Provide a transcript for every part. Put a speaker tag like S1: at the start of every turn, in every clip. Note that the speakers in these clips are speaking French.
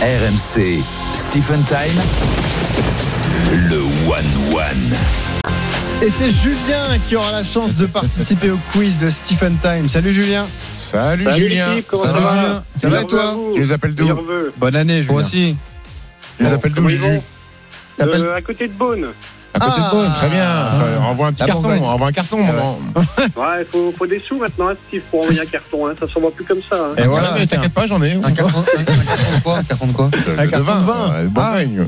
S1: RMC, Stephen Time, le One One.
S2: Et c'est Julien qui aura la chance de participer au quiz de Stephen Time. Salut Julien.
S3: Salut,
S4: Salut
S3: Julien.
S4: l'équipe, comment ça,
S2: Salut,
S4: va
S2: Julien. Ça va et toi
S3: Tu les appelles d'où
S4: Nerveux.
S2: Bonne année Julien.
S3: Moi aussi. Tu les
S2: Bon,
S3: appelles d'où
S4: Comment ils
S3: Juju
S4: vont
S2: T'appelles-
S4: Euh, À côté de Beaune.
S3: À côté
S2: Ah.
S3: de toi, très bien. Enfin, envoie un petit
S2: La
S3: carton,
S2: Bourgogne.
S3: envoie un carton,
S2: Ah
S3: maman.
S4: Ouais, faut, faut des sous maintenant, hein, Steve, pour envoyer un carton. Hein. Ça se voit plus comme ça. hein.
S2: Et
S3: Ah,
S2: voilà,
S3: mais t'inquiète pas, j'en ai.
S5: Un carton, un, un carton de quoi Un carton de quoi
S3: De-
S2: un carton de vin.
S3: euh, Bourgogne.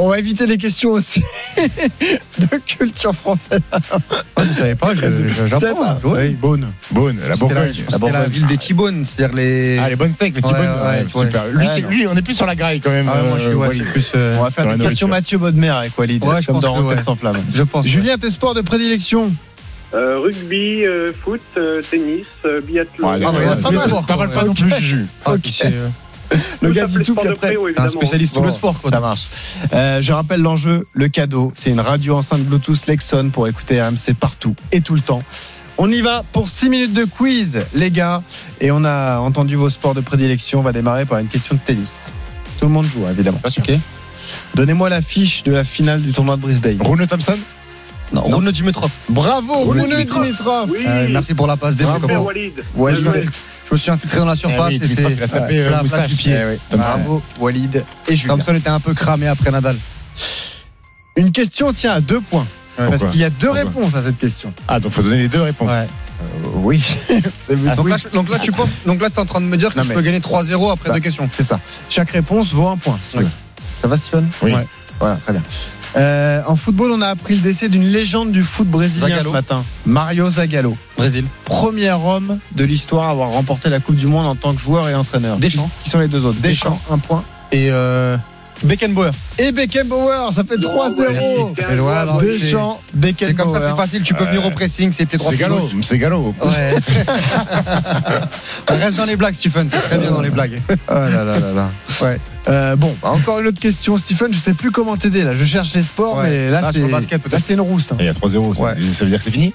S2: on va éviter les questions aussi de culture française.
S5: ah, Vous savez pas, je- je-
S2: Tu sais pas
S5: j'apprends. hein. Ouais.
S2: Oui, bonne.
S3: Bonne, la
S5: C'était la,
S3: Bourgogne.
S5: c'était la ville des Tibones, c'est-à-dire les.
S3: Ah, les bonnes steaks, les petits
S5: Ouais,
S3: bonnes.
S5: ouais,
S3: ouais,
S5: tu vois.
S3: super. Lui, c'est-
S2: non.
S3: lui, on est plus sur la graille quand même.
S5: Ah, moi, je suis,
S3: euh,
S5: ouais,
S3: Walid.
S5: je suis plus. euh,
S2: On va faire
S3: Sur la
S2: des questions Mathieu Bodmer et quoi l'idée
S5: Ouais, je
S2: comme
S5: pense
S2: dans
S5: que
S2: Rocket
S5: ouais.
S2: sans flamme.
S5: je pense. ouais.
S2: Julien, tes sports de prédilection
S4: Euh, rugby, euh, foot, euh, tennis, euh, biathlon.
S3: Ouais,
S5: Ah,
S3: ouais,
S5: ouais,
S3: ouais,
S5: pas
S3: ouais,
S5: mal.
S3: ouais. T'avales pas
S5: Ouais.
S3: non plus, Juju.
S5: Ah,
S2: ok.
S5: puis c'est, euh,
S2: Le
S4: Tout
S2: gars
S4: ça,
S2: dit
S4: plus
S2: tout
S4: sport
S2: puis
S4: de
S2: après
S4: préau,
S5: un
S4: évidemment.
S5: spécialiste
S2: Bon.
S5: tout le sport, quoi.
S2: ça marche. Euh, je rappelle l'enjeu, le cadeau, c'est une radio enceinte Bluetooth Lexon pour écouter RMC partout et tout le temps. On y va pour 6 minutes de quiz, les gars. Et on a entendu vos sports de prédilection. On va démarrer par une question de tennis. Tout le monde joue, évidemment.
S3: Pas sûr.
S2: Donnez-moi l'affiche de la finale du tournoi de Brisbane.
S3: Bruno Thompson
S5: Non, Ronald Dimitrov.
S2: Bravo,
S3: Roulez
S2: Bruno
S3: Dimitrov.
S2: Dimitrov.
S4: Oui,
S5: Euh, merci pour la passe des
S2: Bravo.
S5: deux,
S4: super
S5: comment-
S4: Walid.
S2: Ouais,
S5: Ouais,
S2: je
S5: je,
S2: voulais-
S5: je me suis infiltré dans la surface
S3: oui,
S5: et c'est.
S3: Dimitrov, il a tapé, euh,
S5: la plaque
S3: moustache.
S5: du pied.
S2: Eh oui.
S3: Thompson.
S2: Bravo, Walid et Julien.
S5: Thompson était un peu cramé après Nadal.
S2: Une question, tiens, à deux points. parce
S3: Pourquoi
S2: qu'il y a deux
S3: Pourquoi
S2: réponses à cette question.
S3: Ah, donc faut donner les deux réponses.
S2: Ouais. Euh, oui. C'est vu.
S5: donc, là, je- donc là, tu penses, donc là, t'es en train de me dire que
S2: Non,
S5: je
S2: mais-
S5: peux gagner 3-0 après
S2: Bah,
S5: deux questions.
S2: C'est ça. Chaque réponse vaut un point. si tu veux. Ça va, Stephen
S3: Oui.
S2: Ouais. Voilà, très bien. Euh, en football, on a appris le décès d'une légende du foot brésilien
S5: Zagallo.
S2: ce matin, Mario Zagallo,
S5: Brésil.
S2: premier homme de l'histoire à avoir remporté la Coupe du Monde en tant que joueur et entraîneur.
S5: Deschamps.
S2: Qui sont les deux autres Deschamps, un point.
S5: Et euh, Beckenbauer.
S2: Et Beckenbauer, ça fait 3-0.
S4: Merci.
S5: Et voilà, alors, c'est-
S2: Deschamps,
S5: C'est
S2: Beckenbauer.
S5: comme ça, c'est facile. Tu peux venir au pressing, c'est pied droit.
S3: C'est
S5: pied
S3: Gallo,
S5: gauche.
S3: c'est Gallo.
S5: Ouais. Reste dans les blagues, Stephen. T'es très bien dans les blagues.
S2: Ah là là là là. Ouais. Euh, bon, bah, encore une autre question, Stephen. Je sais plus comment t'aider là. Je cherche les sports,
S5: Ouais.
S2: mais là,
S5: Là, sur
S2: c'est
S5: le basket, peut-être.
S2: là, c'est une rouste. hein.
S3: Et Il y a 3-0, ça- ça veut dire que c'est fini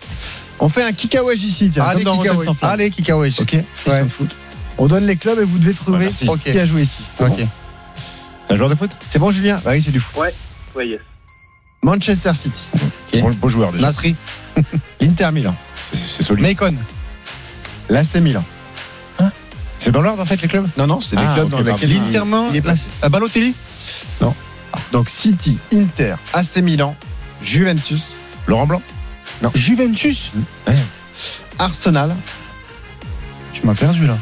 S2: On fait un kickawage ici, tiens. comme
S5: Allez,
S2: dans Rotten
S5: Kikawich.
S2: sans flamme.
S5: Allez, Kikawich.
S2: Ok. Question de foot. On donne les clubs et vous devez trouver
S3: Ouais, merci.
S5: Ok.
S2: qui a joué ici. C'est bon.
S5: Ok.
S3: C'est un joueur de foot
S2: C'est bon, Julien. Bah oui, c'est du foot.
S4: Ouais, yes.
S2: Manchester City,
S5: Ok.
S3: Bon, beau joueur déjà.
S5: Nasri.
S2: l'Inter Milan,
S3: C'est- C'est solide.
S5: Macon.
S2: l'AC Milan.
S3: C'est dans l'ordre en fait les clubs
S2: Non, non, c'est des
S3: Ah,
S2: clubs
S3: ok,
S2: dans
S3: pardon.
S2: lesquels il-
S5: L'Interman.
S2: il est placé.
S5: Euh, Balotelli.
S2: Donc City, Inter, AC Milan, Juventus,
S3: Laurent Blanc
S5: Juventus.
S2: Arsenal,
S5: Tu m'as perdu là.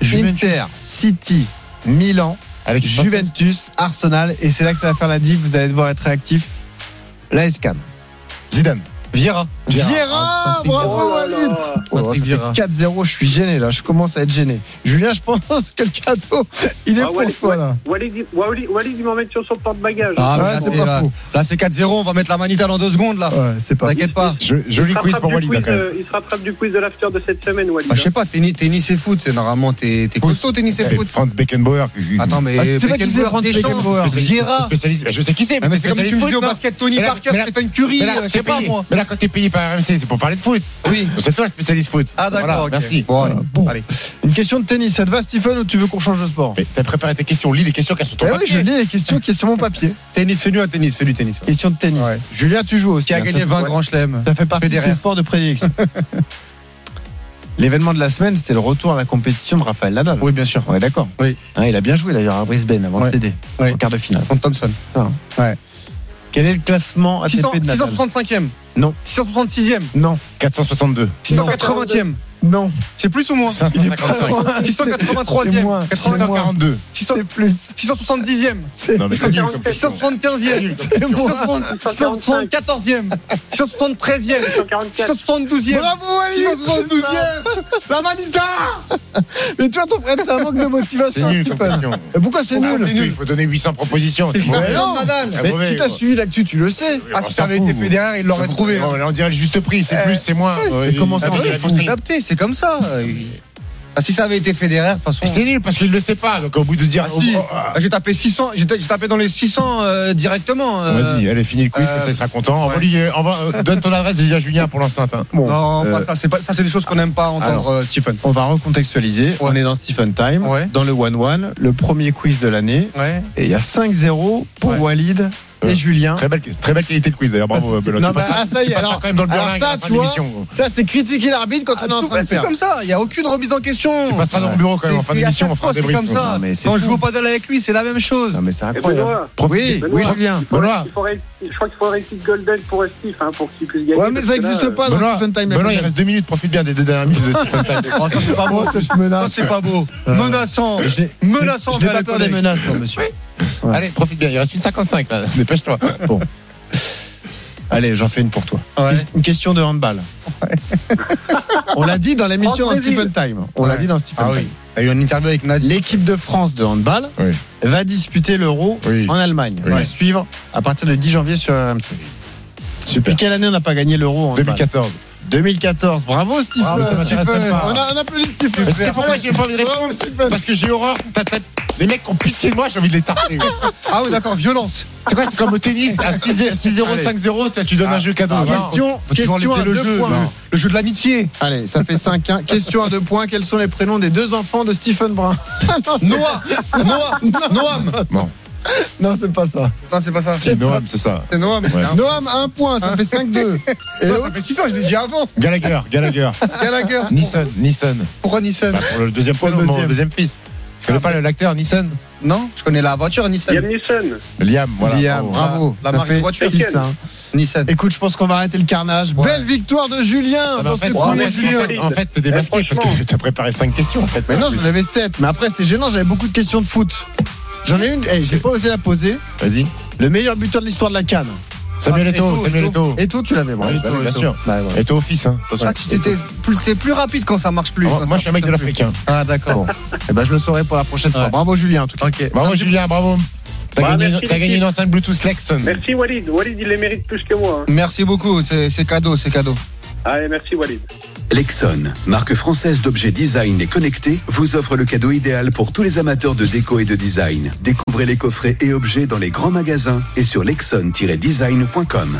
S5: Juventus.
S2: Inter, City, Milan,
S3: Alexis Sanchez
S2: Juventus, Arsenal, et c'est là que ça va faire la diff. Vous allez devoir être réactif. La Escan.
S3: Zidane.
S5: Vieira.
S2: Vieira, bravo
S4: Oh là
S2: Walid.
S4: là.
S2: Oh, ça fait
S5: Patrick Vieira.
S2: 4-0, je suis gêné là, je commence à être gêné. Julien, je pense que le cadeau, il est
S4: Ah,
S2: pour
S4: Walid,
S2: toi là.
S4: Walid, il- Walid, Walid, il m'emmène sur son porte-bagages.
S2: Ouais,
S5: Ah, mais là,
S2: c'est
S5: c'est
S2: pas
S5: là,
S2: faux.
S5: là, c'est 4-0. On va mettre la manita dans deux secondes là.
S2: Ouais, c'est pas
S5: T'inquiète pas.
S3: Je- Joli
S4: il, se
S3: quiz pour
S4: rattrape du
S3: Walid là,
S4: quiz,
S3: quand même.
S4: euh, il se rattrape du quiz de l'after de cette semaine, Walid. hein.
S5: Bah, je sais pas, tennis, tennis et foot, c'est normalement t'es t'es costaud tennis et
S2: Eh,
S3: C'est
S5: foot.
S3: Franz Beckenbauer.
S5: Euh, Attends mais
S2: Ah, tu sais pas qui c'est,
S5: Beckenbauer,
S2: Franz
S5: Deschamps,
S2: Beckenbauer
S3: Spécialiste-
S5: Vieira.
S3: Spécialiste. Je sais qui c'est.
S5: euh, Ah, mais c'est comme si
S3: spécialiste
S5: tu me disais au
S2: hein.
S3: foot, non
S5: basket Tony
S3: Mais là-
S5: Parker,
S3: mais là-
S5: Stéphane Curry,
S3: Mais là,
S5: euh, je
S3: t'es
S5: sais pas
S3: payé.
S5: moi.
S3: Mais là, quand t'es payé par RMC, c'est pour parler de foot.
S5: Oui.
S3: C'est toi le spécialiste foot.
S5: Ah d'accord.
S3: Voilà,
S5: ok.
S3: Merci.
S5: Bon, allez.
S2: Ah, bon.
S5: Allez.
S2: Une question de tennis, ça te va Stephen ou tu veux qu'on change de sport
S3: Mais t'as préparé tes questions, lis les questions qu'elles sont
S2: Eh
S3: ton
S2: oui, je
S3: papier.
S2: lis les questions qui sont sur mon papier.
S5: Tennis, fais-nous un tennis, fais du tennis. ouais.
S2: Question de tennis.
S5: Ouais.
S2: Julien, tu joues aussi.
S5: Qui a
S2: hein,
S5: gagné
S2: ça-
S5: 20
S2: ouais.
S5: grands chelems
S2: Ça fait partie de
S5: Federer.
S2: tes sports de prédilection. L'événement de la semaine, c'était le retour à la compétition de Raphaël Nadal.
S5: Oui, bien sûr.
S2: Ouais, d'accord.
S5: Oui.
S2: Hein, il a bien joué d'ailleurs à Brisbane avant de
S5: Ouais.
S2: céder
S5: Ouais.
S2: en quart de finale.
S5: Contre Thompson.
S2: Quel est le classement ATP
S5: 600
S2: de Nadal
S5: 665e.
S2: Non.
S5: 666e.
S2: Non,
S3: 462.
S5: 680e.
S2: non.
S5: C'est plus ou
S3: hein.
S5: moins
S3: 555.
S2: C'est moins,
S5: 683e.
S2: c'est moins.
S3: 642.
S5: 600
S2: C'est plus.
S5: 670e.
S2: C'est-
S3: Non, mais c'est nul comme question.
S5: 675e.
S2: C'est moi.
S5: 674e. 673e.
S4: 144.
S5: 672e.
S2: Bravo Walid
S5: 672e.
S2: La manita Mais tu vois, ton problème, c'est un manque de
S3: C'est
S2: motivation,
S3: nul comme
S2: Stephen.
S3: question.
S2: Mais pourquoi c'est
S3: Ah,
S2: nul
S3: C'est nul. Il faut donner 800 propositions.
S5: C'est
S3: c'est mauvais.
S2: vrai.
S5: Fernand
S2: non.
S5: Nadal.
S3: C'est
S2: Mais
S3: mauvais,
S2: si t'as
S3: quoi.
S2: suivi l'actu, tu le sais.
S3: Oui,
S5: Ah,
S3: on
S5: si
S3: s'en
S5: ça avait
S3: fout,
S5: été
S3: vous.
S5: Federer, il l'aurait trouvé. hein. Eh.
S3: On on dirait le juste prix, c'est plus, c'est moins.
S2: mais comment ça,
S3: Ah,
S2: on
S3: bah,
S2: s'en
S3: la
S2: fout
S3: fausserie.
S5: Adapté, c'est comme ça. Ah, si ça avait été Federer, de toute façon.
S3: Mais C'est nul parce qu'il le sait pas. Donc au bout de dire
S5: Ah,
S3: si.
S5: oh, ah, J'ai tapé 600, j'ai ta- j'ai tapé dans les 600 euh, directement. euh.
S3: Vas-y, allez, finis le quiz,
S5: euh,
S3: comme ça il sera content.
S5: ouais.
S3: Envoie-lui, euh, envoie- euh, donne ton adresse déjà, Julien, pour l'enceinte. hein.
S2: Bon,
S5: Non,
S2: euh,
S5: pas ça, c'est pas ça, c'est des choses qu'on n'aime pas entendre,
S2: alors.
S5: euh, Stephen.
S2: on va recontextualiser. On est dans Stephen Time,
S5: Ouais.
S2: dans le 1-1, le premier quiz de l'année.
S5: Ouais.
S2: Et il y a 5-0 pour
S5: Ouais.
S2: Walid et
S3: Euh,
S2: Julien.
S3: Très belle, très belle qualité de quiz d'ailleurs, bravo
S2: Ah,
S3: euh,
S2: c'est-
S3: Belot.
S2: non,
S3: Tu
S2: bah,
S3: passeras-
S2: ah, ça y est,
S3: tu passeras
S2: alors-
S3: quand même dans le
S2: alors
S3: burling à
S2: ça,
S3: la fin
S2: tu
S3: de
S2: vois,
S3: l'émission, gros.
S2: Ça, c'est critiquer l'arbitre quand on est en
S5: Ah, Tout
S2: train
S5: fait,
S2: de
S5: c'est
S2: faire.
S5: comme ça, il n'y a aucune remise en question.
S3: Tu passeras dans le
S2: Ouais.
S3: bureau quand même en fin
S5: Et à chaque
S3: d'émission, on fera
S5: fois,
S3: un
S5: c'est
S3: débrief.
S5: comme ça.
S2: Non, mais c'est
S5: Quand je
S2: fou.
S5: joue au paddle avec lui, c'est la même chose.
S2: Non, mais c'est
S4: Et
S2: incroyable.
S4: Benoît,
S2: Oui,
S4: Benoît.
S2: oui, Julien.
S3: Benoît,
S4: il faudrait, je crois qu'il faudrait une petite Golden pour Steve, hein, pour qu'il puisse gagner.
S2: Ouais, mais
S4: parce
S2: ça
S4: que là,
S2: n'existe
S4: euh,
S2: pas dans
S3: Benoît,
S2: Stephen Time. la
S3: Benoît, il
S2: Golden.
S3: reste deux minutes, profite bien des deux dernières minutes de Stephen Time.
S5: Oh, ça, c'est pas beau.
S2: Oh, cette
S5: Ça,
S2: menace.
S5: c'est pas beau. Menaçant.
S2: Euh, Je n'ai-
S5: Menaçant
S2: je n'ai
S5: envers
S2: pas
S5: les
S2: peur des
S5: collègues.
S2: menaces, non, monsieur. Ouais.
S3: Allez, profite bien, il reste une 55 là, dépêche-toi.
S2: Allez, j'en fais une pour toi.
S5: Ouais.
S2: Une question de handball. On l'a dit dans l'émission dans
S4: France,
S2: Stephen
S4: Brésil.
S2: Time. On l'a
S5: Ouais.
S2: dit dans Stephen
S5: Ah
S2: Time.
S5: oui. Il y a eu une interview avec Nadia.
S2: L'équipe de France de handball
S3: Oui.
S2: va disputer l'Euro
S3: Oui.
S2: en Allemagne.
S3: Oui.
S2: On va suivre à partir de 10 janvier sur RMC.
S3: Super.
S2: Depuis quelle année on n'a pas gagné l'Euro en handball
S3: 2014.
S2: 2014. Bravo Stephen.
S5: Bravo, ça m'intéresse
S2: Stephen.
S5: même pas.
S2: On, a, on applaudit Stephen.
S3: Mais tu sais pourquoi j'ai pas envie de répondre
S2: Bravo, Stephen.
S3: Parce que j'ai horreur. t'as- t'as- Les mecs qui ont pitié de moi, j'ai envie de les tarter. ouais.
S5: Ah oui, d'accord, violence.
S3: C'est quoi, c'est comme au tennis, à 6-0, 5-0, tu- tu donnes un
S5: Ah,
S3: jeu cadeau.
S5: ah,
S3: Non.
S2: Question,
S5: Faut toujours
S2: question à
S5: laisser le
S2: deux
S5: jeu.
S2: points.
S5: le- Le jeu de l'amitié.
S2: Allez, ça fait 5 Question à deux points. Quels sont les prénoms des deux enfants de Stephen Brun
S5: Noah. Noah. Noam.
S3: Bon,
S2: Non, c'est pas ça.
S5: Non, c'est pas ça.
S3: c'est Noam, c'est ça.
S5: C'est Noam.
S3: Ouais.
S5: Non,
S2: Noam, un point, ça fait 5-2. Et oh,
S5: ça
S2: l'autre
S5: fait 600, je l'ai dit avant.
S3: Gallagher, Gallagher,
S5: Gallagher.
S3: Nissan, Nissan.
S5: Pourquoi Nissan
S3: Bah, pour le deuxième point,
S2: Pour le
S3: mon
S2: deuxième.
S3: deuxième. fils. Tu connais pas le- l'acteur Nissan
S5: Non, je connais la voiture
S4: Liam
S5: Nissan.
S4: Neeson.
S3: Liam, voilà.
S2: Liam,
S3: Bravo.
S2: bravo.
S5: La
S2: Ça
S5: marque de
S2: fait
S5: voiture.
S2: 6, hein.
S5: Nissan.
S2: Écoute, je pense qu'on va arrêter le carnage.
S5: Ouais. bah,
S2: Belle victoire de Julien
S3: Ah, mais
S2: pour
S3: en
S2: ce premier
S3: fait, en fait,
S2: Julien.
S4: Julien.
S3: en fait, t'es
S4: Eh,
S3: démasqué parce que
S4: franchement.
S3: t'as préparé 5 questions en fait.
S2: Mais non, j'en avais 7. Mais après, c'était gênant, j'avais beaucoup de questions de foot. J'en ai une, eh, j'ai pas osé la poser.
S3: Vas-y.
S2: Le meilleur buteur de l'histoire de la Cannes.
S3: Samuel
S5: Ah, c'est
S3: Eto'o,
S5: Eto'o,
S3: Samuel Eto'o.
S2: Et toi, tu l'avais, moi.
S3: Ah oui, bah oui, bien sûr.
S2: Bah, ouais.
S3: Eto'o fils, hein. attention.
S5: Ah, tu t'étais plus, t'es plus rapide quand ça marche plus.
S3: Moi,
S2: Oh,
S5: Quand
S3: moi,
S5: ça
S3: je suis un mec de
S5: fonctionne
S3: l'Afrique. hein.
S5: plus. Ah, d'accord.
S2: Eh ben, je le saurai pour la prochaine fois.
S5: Ouais.
S2: Bravo, Julien, en tout cas.
S5: Ok.
S3: Bravo Julien, bravo. T'as
S4: Bah,
S3: gagné,
S4: merci,
S3: t'as gagné
S4: l'équipe.
S3: une enceinte Bluetooth Lexon.
S4: Merci Walid. Walid, il les mérite plus que moi. hein.
S5: Merci beaucoup. C'est c'est cadeau, c'est cadeau.
S4: Allez, merci Walid.
S1: Lexon, marque française d'objets design et connectés, vous offre le cadeau idéal pour tous les amateurs de déco et de design. Découvrez les coffrets et objets dans les grands magasins et sur lexon-design.com.